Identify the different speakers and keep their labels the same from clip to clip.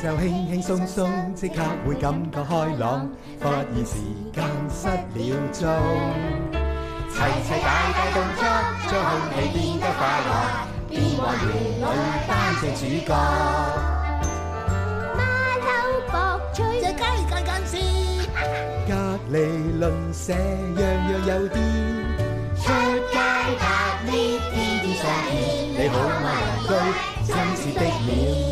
Speaker 1: 就輕輕鬆鬆，即刻會感覺開朗，發現時間失了蹤。
Speaker 2: 齊齊大大動作，將空氣變得快樂，變幻園裏扮正主角。
Speaker 3: 馬騮博取隻雞近近視，
Speaker 1: 隔離鄰舍樣樣有啲，
Speaker 2: 出街搭 lift，天天上演，你好嗎鄰居，親切的臉。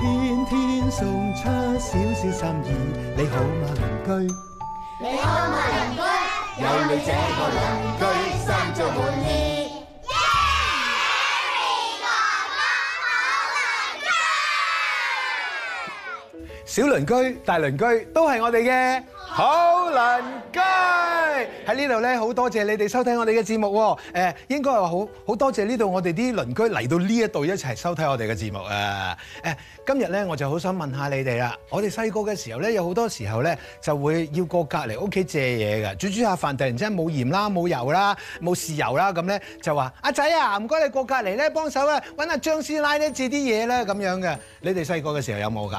Speaker 1: 天天送出少少心意。你好嗎鄰居？
Speaker 2: 你好嗎鄰居，有你這個鄰居，心中滿意。
Speaker 4: 小鄰居、大鄰居都係我哋嘅好鄰居。喺呢度咧，好多謝你哋收睇我哋嘅節目喎。誒，應該話好好多謝呢度我哋啲鄰居嚟到呢一度一齊收睇我哋嘅節目啊。誒，今日咧我就好想問下你哋啦。我哋細個嘅時候咧，有好多時候咧就會要過隔離屋企借嘢嘅，煮煮下飯，突然之間冇鹽啦、冇油啦、冇豉油啦，咁咧就話阿仔啊，唔該你過隔離咧幫手啊，揾阿張師奶咧借啲嘢啦咁樣嘅。你哋細個嘅時候有冇㗎？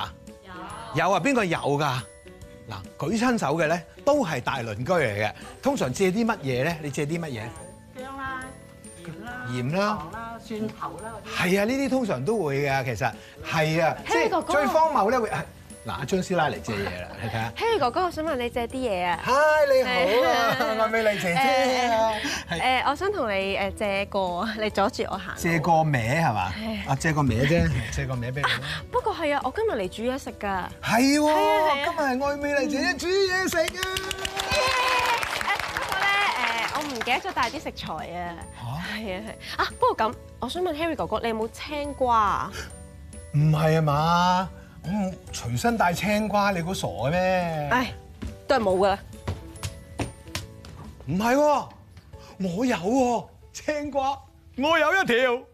Speaker 4: 有啊，邊個有㗎？嗱，舉親手嘅咧，都係大鄰居嚟嘅。通常借啲乜嘢咧？你借啲乜嘢？
Speaker 5: 姜啦、鹽啦、
Speaker 4: 鹽啦
Speaker 5: 糖啦、蒜頭啦嗰啲。
Speaker 4: 係啊，呢啲通常都會㗎。其實係啊，即係最荒謬咧會啊嗱，阿張師奶嚟借嘢啦， 你睇下。
Speaker 6: Harry 哥哥，我想問你借啲嘢啊。
Speaker 4: 嗨，你好啊，愛美麗姐姐啊，係
Speaker 6: 誒，我想同你誒借過，你阻住我行。
Speaker 4: 借個名係嘛？啊，借個名啫，借個名俾你 啦。
Speaker 6: 不過係啊，我今日嚟煮嘢食㗎。
Speaker 4: 係
Speaker 6: 啊
Speaker 4: 喎，
Speaker 6: 係
Speaker 4: 今
Speaker 6: 啊
Speaker 4: 日係愛美麗姐姐煮嘢食啊！
Speaker 6: 誒不過咧誒，我唔記得咗帶啲食材啊。係啊係啊，不過咁，我想問 Harry 哥哥，你有冇青瓜啊？
Speaker 4: 唔係啊嘛，咁隨身帶青瓜，你估傻嘅咩？
Speaker 6: 唉，都係冇㗎啦。
Speaker 4: 唔係喎，我有喎、青瓜，我有一條。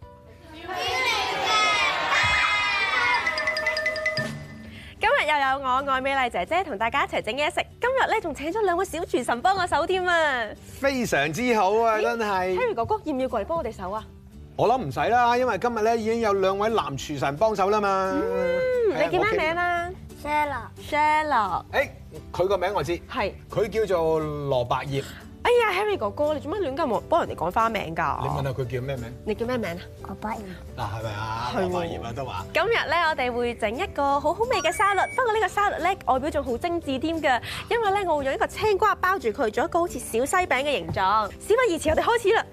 Speaker 6: 今日又有我愛美麗姐姐同大家一齊整嘢食，今日咧仲請咗兩個小廚神幫我手添啊
Speaker 4: 非常之好啊，真係。
Speaker 6: ！Harry 哥哥要唔要過嚟幫我哋手啊？
Speaker 4: 我諗唔使啦，因為今日咧已經有兩位男廚神幫手啦嘛。係
Speaker 6: 嗯，
Speaker 4: 啊
Speaker 6: 你叫咩名？啊
Speaker 3: s a r
Speaker 6: ？Shella。
Speaker 4: 我記得誒，佢個名我知，
Speaker 6: 係。
Speaker 4: 佢叫做羅百葉。
Speaker 6: 哎呀，Harry 哥哥，你做乜亂咁幫人哋講花名㗎？
Speaker 4: 你問下佢叫咩名？
Speaker 6: 你叫咩名啊？
Speaker 3: 我不如
Speaker 4: 嗱，係咪啊？
Speaker 6: 係喎
Speaker 4: 羅百葉啊，都話。
Speaker 6: 今日咧，我哋會整一個好好味嘅沙律，不過呢個沙律咧外表仲好精緻添㗎，因為咧我會用一個青瓜包住佢，做一個好似小西餅嘅形狀。事不宜遲，我哋開始啦。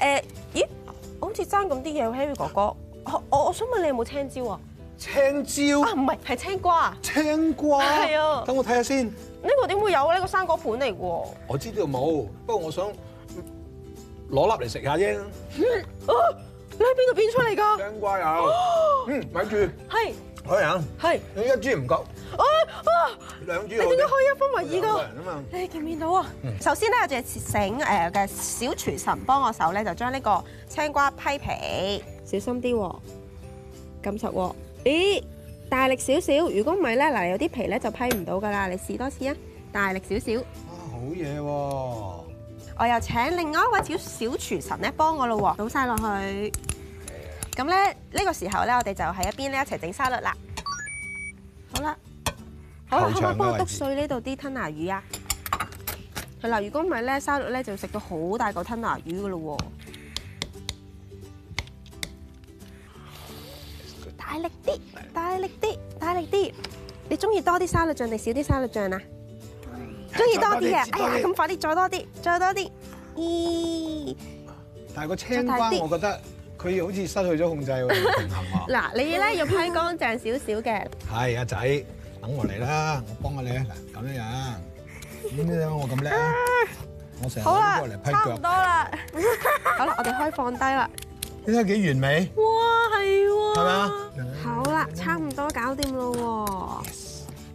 Speaker 6: 誒、咦，好似爭咁啲嘢，Harry 哥哥，我我我想問你有冇青椒啊？
Speaker 4: 青椒
Speaker 6: 啊，、唔係，係青瓜啊？
Speaker 4: 青瓜。
Speaker 6: 係啊
Speaker 4: 等我睇下先。
Speaker 6: 呢、個點會有啊呢、個生果盤嚟㗎
Speaker 4: 我知道冇，不過我想攞粒嚟食下啫。
Speaker 6: 喎？啊，你喺邊度變出嚟㗎？
Speaker 4: 青瓜有。嗯，咪住，
Speaker 6: 係
Speaker 4: 海人。
Speaker 6: 係，
Speaker 4: 你一支唔夠，
Speaker 6: 啊啊！
Speaker 4: 兩支
Speaker 6: 你點解可以一分為
Speaker 4: 兩
Speaker 6: 二
Speaker 4: 個
Speaker 6: 㗎？
Speaker 4: 人啊嘛，
Speaker 6: 你見唔見到啊？首先咧，我就要請誒嘅小廚神幫我手咧，就將呢個青瓜批皮，小心啲喎，撳實喎。咦，大力少少，如果唔係咧，嗱有啲皮咧就批唔到噶啦。你試多次啊，大力少少。
Speaker 4: 啊好嘢喎！
Speaker 6: 我又請另外一位小小廚神咧幫我咯喎，倒晒落去。咁咧呢個時候咧，我哋就喺一邊咧一齊整沙律啦。好啦，好啦，
Speaker 4: 後
Speaker 6: 可唔可
Speaker 4: 場嘅
Speaker 6: 以幫我
Speaker 4: 位
Speaker 6: 篤
Speaker 4: 置
Speaker 6: 碎呢度啲吞拿魚啊？係啦，如果唔係咧，沙律咧就食到好大嚿吞拿魚噶咯喎。大力啲，大力啲，大力啲！你中意多啲沙律醬定少啲沙律醬啊？中意多啲啊！
Speaker 4: 再多啲
Speaker 6: 哎呀，咁快啲，再多啲，再多啲。咦，
Speaker 4: 但係個青瓜，
Speaker 6: 再大啲
Speaker 4: 我覺得佢好似失去咗控制 喎，平衡啊！
Speaker 6: 嗱，你咧要批乾淨少少嘅。
Speaker 4: 係阿仔，等我嚟啦，我幫下你啊！嗱，咁樣樣，點解我咁叻啊？我成日
Speaker 6: 好
Speaker 4: 攞
Speaker 6: 啦
Speaker 4: 過嚟，批
Speaker 6: 差唔多
Speaker 4: 腳，
Speaker 6: 啦。 好啦，我哋可以放低啦。
Speaker 4: 你睇幾完美，
Speaker 6: 哇，係
Speaker 4: 係咪
Speaker 6: 喎。
Speaker 4: 啊？
Speaker 6: 好啦，差唔多搞掂咯喎。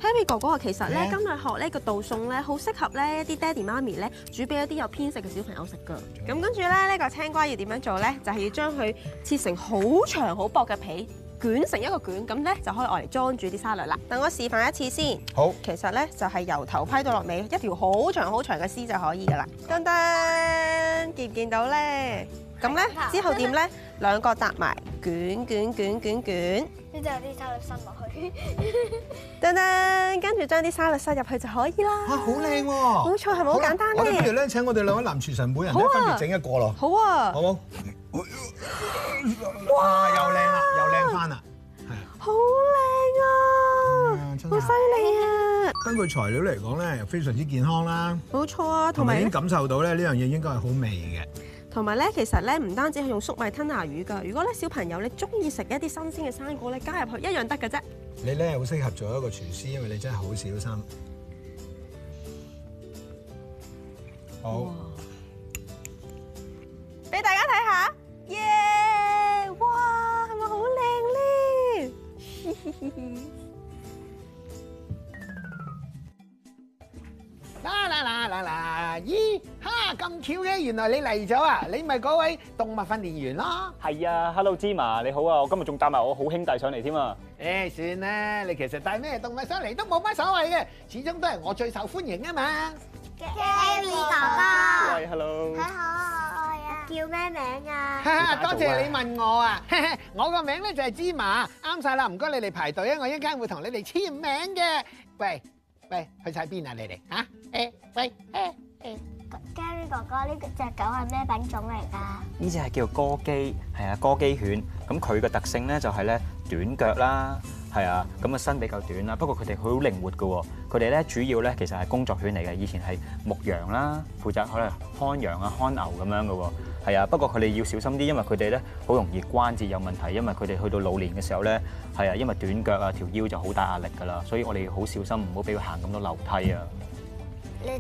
Speaker 6: Happy 哥哥啊，其實咧
Speaker 4: 咩
Speaker 6: 今日學呢個道餸咧，好適合咧一啲爹哋媽咪咧煮俾一啲有偏食嘅小朋友食㗎。咁跟住咧呢個青瓜要點樣做咧？就係要將佢切成好長好薄嘅皮，捲成一個卷，咁咧就可以愛嚟裝住啲沙律啦。等我示範一次先。
Speaker 4: 好，
Speaker 6: 其實咧就係由頭批到落尾，一條好長好長嘅絲就可以噶啦。噔噔，見唔見到咧？咁咧之後點咧？兩個搭埋，捲捲捲捲捲，
Speaker 3: 呢度有啲沙律伸落去。
Speaker 6: 噔噔，跟住將啲沙律塞入去就可以啦。
Speaker 4: 嚇，好靚喎！
Speaker 6: 冇錯係咪好簡單
Speaker 4: 哦
Speaker 6: 咧
Speaker 4: 我哋不如咧請我哋兩位男廚神每人咧
Speaker 6: 好啊
Speaker 4: 分別整一個咯，
Speaker 6: 好啊
Speaker 4: 好，冇？哇！又靚啦，又靚翻啦！
Speaker 6: 好靚
Speaker 4: 係啊
Speaker 6: 啊，
Speaker 4: 真係
Speaker 6: 好犀利啊！
Speaker 4: 根據材料嚟講咧，又非常之健康啦，
Speaker 6: 冇錯啊，
Speaker 4: 同
Speaker 6: 同
Speaker 4: 埋
Speaker 6: 埋
Speaker 4: 已經
Speaker 6: 咧，
Speaker 4: 感受到咧呢樣嘢應該係好味嘅。
Speaker 6: 同埋咧，其實咧唔單止係用粟米吞拿魚㗎，如果咧小朋友咧中意食一啲新鮮嘅生果咧，加入去一樣得嘅啫。
Speaker 4: 你咧好適合做一個廚師，因為你真係好小心。好，
Speaker 6: 俾大家睇下，耶！哇，係咪好靚咧？
Speaker 7: 啦啦啦啦啦！咦，哈咁巧嘅，原來你嚟咗啊！你咪嗰位動物訓練員咯。
Speaker 8: 係啊，Hello 芝麻你好啊，我今日仲帶埋我好兄弟上嚟添啊。
Speaker 7: 誒，算啦，你其實帶咩動物上嚟都冇乜所謂嘅，始終都係我最受歡迎啊嘛。
Speaker 2: Harry 哥
Speaker 8: 喂，Hello。
Speaker 2: 哥，愛啊！叫咩名啊？
Speaker 7: 哈哈，
Speaker 8: 大
Speaker 7: 多
Speaker 8: 早
Speaker 7: 謝你
Speaker 8: 啊
Speaker 7: 問我啊！我個名咧就係芝麻，啱晒啦，唔該你哋排隊啊，我一陣間會同你哋簽名嘅。喂喂，去晒邊啊你哋嚇？誒喂誒。
Speaker 2: Gary 哥哥呢只狗係咩品種嚟㗎？
Speaker 8: 呢只係叫歌姬，係啊，歌姬犬。咁佢嘅特性咧就係咧短腳啦，係啊，咁啊身比較短啦。不過佢哋好靈活嘅喎，佢哋咧主要咧其實係工作犬嚟嘅，以前係牧羊啦，負責可能看羊啊、看牛咁樣嘅喎。係啊，不過佢哋要小心啲，因為佢哋咧好容易關節有問題，因為佢哋去到老年嘅時候咧，係啊，因為短腳啊條腰就好大壓力㗎啦，所以我哋要好小心，唔好俾佢行咁多樓梯啊。
Speaker 2: 你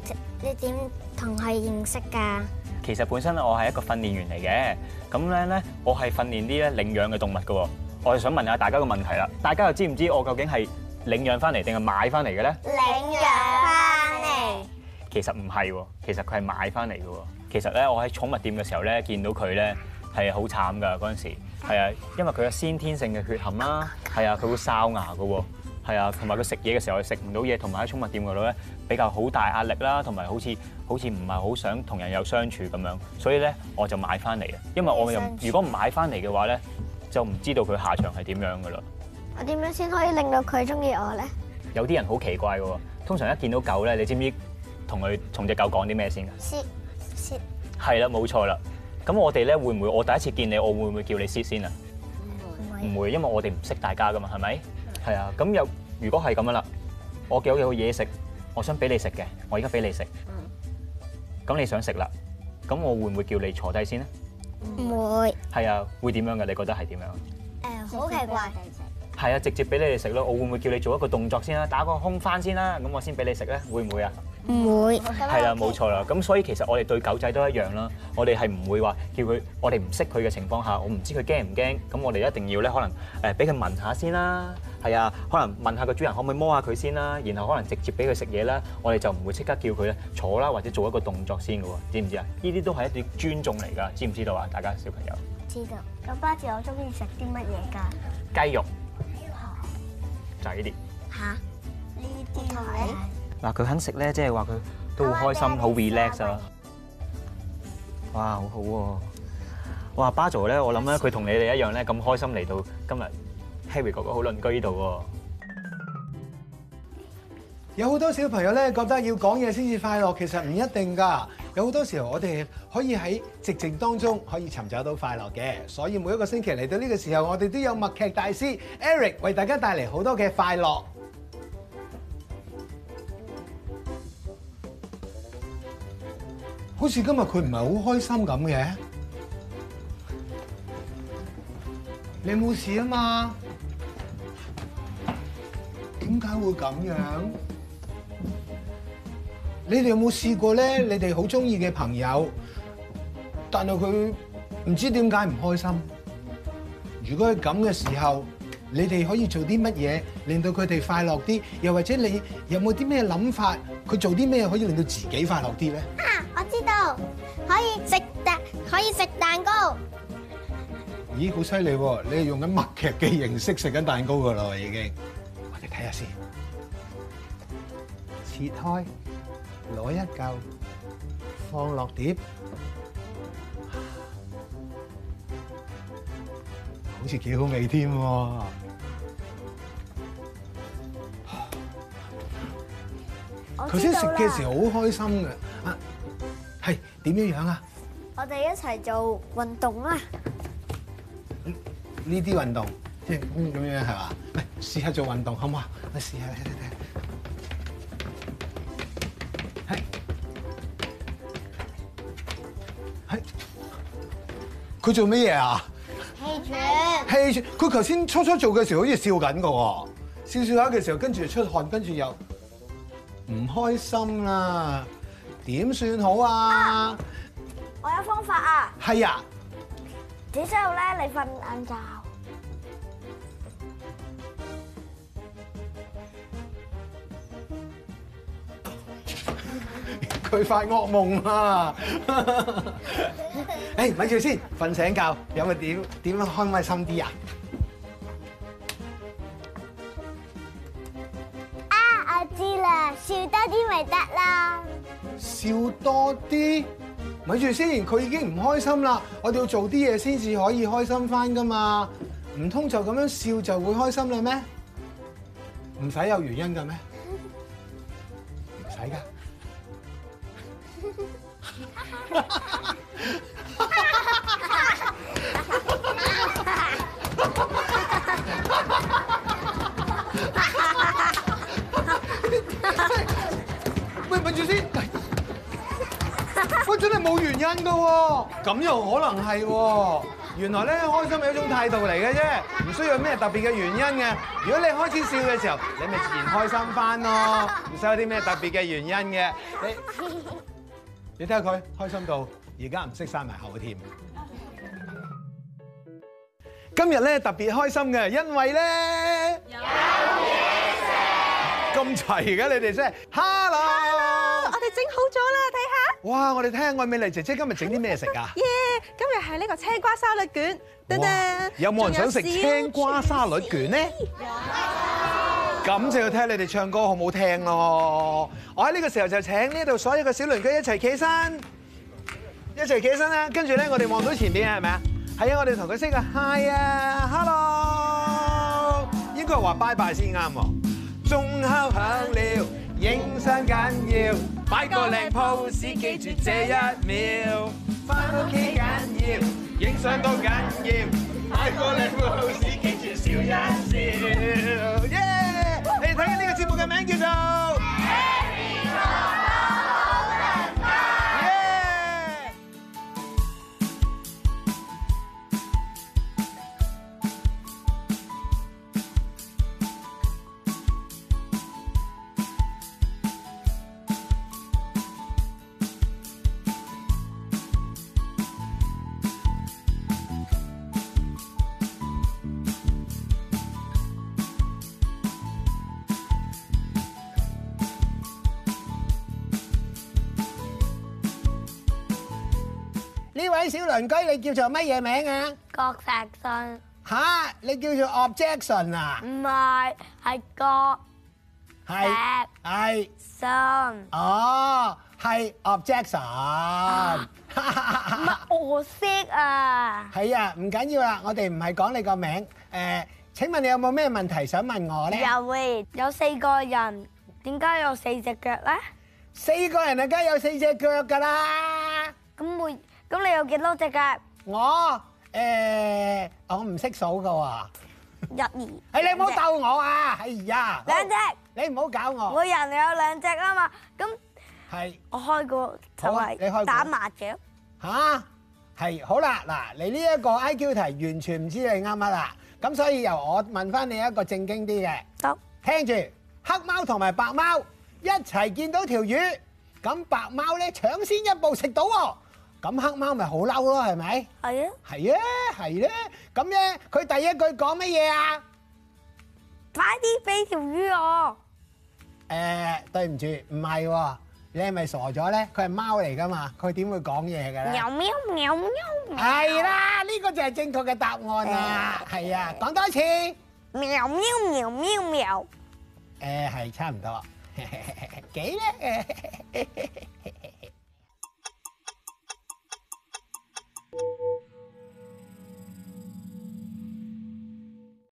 Speaker 2: 你點同佢認識㗎？
Speaker 8: 其實本身我係一個訓練員嚟嘅，咁咧咧我係訓練啲咧領養嘅動物嘅喎。我係想問下大家個問題啦，大家又知唔知我究竟係領養翻嚟定係買翻嚟嘅咧？
Speaker 2: 領養翻嚟。
Speaker 8: 其實唔係喎，其實佢係買翻嚟嘅喎。其實咧，我喺寵物店嘅時候咧，見到佢咧係好慘㗎嗰陣時，係啊，因為佢有先天性嘅缺陷啦，係啊，佢會哨牙嘅喎，係啊，同埋佢食嘢嘅時候係食唔到嘢，同埋喺寵物店嗰度咧比較好大壓力啦，同埋好似好似唔係好想同人有相處咁樣，所以咧我就買翻嚟嘅，因為我又
Speaker 2: 相處
Speaker 8: 如果唔買翻嚟嘅話咧，就唔知道佢下場係點樣㗎啦。
Speaker 2: 我點樣先可以令到佢中意我咧？
Speaker 8: 有啲人好奇怪嘅喎，通常一見到狗咧，你知唔知同佢同只狗講啲咩先㗎？
Speaker 2: 是是
Speaker 8: 係啦，冇錯啦。咁我哋咧會唔會？我第一次見你，我會唔會叫你 sit 先啊？
Speaker 2: 唔會嗯
Speaker 8: 唔會，因為我哋唔識大家噶嘛，係咪？係啊。咁有如果係咁樣啦，我有有嘢食，我想俾你食嘅，我而家俾你食。
Speaker 2: 嗯
Speaker 8: 咁你想食啦，咁我會唔會叫你坐低先咧？
Speaker 2: 唔會
Speaker 8: 係啊，會點樣嘅？你覺得係點樣？啊
Speaker 2: 誒，好奇怪。
Speaker 8: 係啊，直接俾你哋食咯。我會唔會叫你做一個動作先啊啦，打個空翻先啦，咁我先俾你食咧？會唔會啊？
Speaker 2: 唔會
Speaker 8: 係啦，冇錯啦。咁所以其實我哋對狗仔都一樣啦。我哋係唔會話叫佢，我哋唔識佢嘅情況下，我唔知佢驚唔驚。咁我哋一定要咧，可能誒俾佢聞下先啦。係啊，可能問下個主人可唔可以摸下佢先啦，然後可能直接俾佢食嘢啦。我哋就唔會即刻叫佢咧坐啦，或者做一個動作先嘅喎，知唔知啊？呢啲都係一啲尊重嚟㗎，知唔知道啊？大家小朋友，
Speaker 2: 知道。咁巴治，我中意食啲乜嘢㗎？
Speaker 8: 雞肉就係呢啲。
Speaker 2: 吓？呢啲咧？
Speaker 8: 嗱，佢肯食咧，即係話佢都好開心，好 relax 啊！哇，好好喎！哇，Basil 咧，我諗咧，佢同你哋一樣咧，咁開心嚟到今日 Harry 哥哥好鄰居呢度
Speaker 4: 有好多小朋友咧覺得要講嘢先至快樂，其實唔一定㗎。有好多時候我哋可以喺寂靜當中可以尋找到快樂嘅，所以每一個星期嚟到呢個時候，我哋都有默劇大師 Eric 為大家帶嚟好多嘅快樂。好似今日佢唔係好開心咁嘅，你冇事啊嘛？點解會咁樣？你哋有冇試過咧？你哋好中意嘅朋友，但係佢唔知點解唔開心。如果係咁嘅時候，你哋可以做啲乜嘢令到佢哋快樂啲？又或者你有冇啲咩諗法？佢做啲咩可以令到自己快樂啲咧？
Speaker 2: 啊，我知道，可以食蛋，可以食蛋糕。
Speaker 4: 咦，好犀利喎！你係用緊默劇嘅形式食緊蛋糕㗎啦喎，已經。我哋睇下先，切開，攞一嚿，放落碟，好似幾好味添喎。
Speaker 2: 我
Speaker 4: 頭先
Speaker 2: 知道
Speaker 4: 食
Speaker 2: 啦
Speaker 4: 嘅時候好開心嘅，啊，係點樣樣啊？
Speaker 2: 我哋一齊做運動啦！
Speaker 4: 呢啲運動，即係咁咁樣係嘛？喂，試下做運動好唔好啊？我試下睇睇睇。係係，佢做乜嘢啊？
Speaker 2: 氣喘，
Speaker 4: 氣喘，佢頭先初初做嘅時候好似笑緊嘅喎，笑笑下嘅時候跟住就出汗，跟住又唔開心啦，點算好啊？
Speaker 2: 我有方法啊！
Speaker 4: 係啊，
Speaker 2: 只需要咧，你瞓晏覺，
Speaker 4: 佢發惡夢 啦。誒，咪住先，瞓醒覺有咪點點樣開心啲啊？
Speaker 2: 啊，我知啦，笑多啲咪得啦。
Speaker 4: 笑多啲。咪住先，佢已經唔開心啦，我哋要做啲嘢先至可以開心翻噶嘛。唔通就咁樣笑就會開心啦咩？唔使有原因㗎咩？唔使㗎。喂，咪住先。喂，真係冇原因㗎喎，咁又可能係喎。原來咧，開心係一種態度嚟嘅啫，唔需要咩特別嘅原因嘅。如果你開始笑嘅時候，你咪自然開心翻咯，唔使有啲咩特別嘅原因嘅。你你睇下佢開心到而家唔識閂埋口添。今日咧特別開心嘅，因為咧有嘢食咁齊嘅，你哋真係 hello
Speaker 6: 我哋整好咗啦，睇下。
Speaker 4: 哇！我哋睇下愛美麗姐姐今日整啲咩食啊？
Speaker 6: 耶！今日係呢個青瓜沙律卷，噔
Speaker 4: 哇
Speaker 6: 噔！
Speaker 4: 有冇人想食
Speaker 6: 仲有
Speaker 4: 青瓜沙律卷呢？咁就要聽你哋唱歌好唔好聽咯。我喺呢個時候就請呢度所有嘅小鄰居一齊企起身，一齊企起身啦。跟住咧，我哋望到前邊係咪啊？係啊，我哋同佢 say 個 hi 啊，hello，應該係話拜拜先啱喎。鐘敲響了，影相緊要，擺個靚 pose，記住這一秒。翻屋企緊要，影相都緊要，擺個靚 pose，記住笑一笑。耶！你哋睇緊呢個節目嘅名叫做 Happy
Speaker 7: 呢位小鄰居你叫做乜嘢名啊？
Speaker 2: 郭石信
Speaker 7: 吓，你叫做 Objection 啊？
Speaker 2: 唔係係郭
Speaker 7: 係
Speaker 2: 石
Speaker 7: 係。
Speaker 2: 信，
Speaker 7: 哦，係 objection。
Speaker 2: 我識啊！
Speaker 7: 係啊，唔緊要啦，我哋唔係講你個名。誒，請問你有冇咩問題想問我咧？
Speaker 2: 有喂，有四個人，點解有四隻腳咧？
Speaker 7: 四個人啊，梗係有四隻腳㗎啦。
Speaker 2: 咁每咁你有幾多隻腳？
Speaker 7: 我誒，我唔識數㗎喎。
Speaker 2: 一二，你
Speaker 7: 誒，你
Speaker 2: Dạ.
Speaker 7: 唔好鬥我啊！哎呀，好
Speaker 2: 兩隻，
Speaker 7: 你唔好搞我。
Speaker 2: 每人有兩隻啊嘛。咁
Speaker 7: 係
Speaker 2: 我開個就
Speaker 7: 好啊你開個
Speaker 2: 係打麻雀，
Speaker 7: 吓？係好啦，嗱，你呢一個 IQ 題完全唔知你啱乜啦。咁所以由我問翻你一個正經啲嘅。
Speaker 2: 得
Speaker 7: 聽住，黑貓同埋白貓一齊見到條魚，咁白貓咧搶先一步食到喎，咁黑貓咪好嬲咯，係咪？
Speaker 2: 係啊，
Speaker 7: 係啊，係咧，咁咧佢第一句講乜嘢啊？
Speaker 2: 快啲俾條魚我。
Speaker 7: 誒，對唔住，唔係喎，你係咪傻咗咧？佢係貓嚟噶嘛，佢點會講嘢㗎咧
Speaker 2: 喵？喵喵喵
Speaker 7: 係啦，呢個就係正確嘅答案啦，係啊，講多次，誒
Speaker 2: 喵喵喵喵喵，
Speaker 7: 係差唔多，幾咧？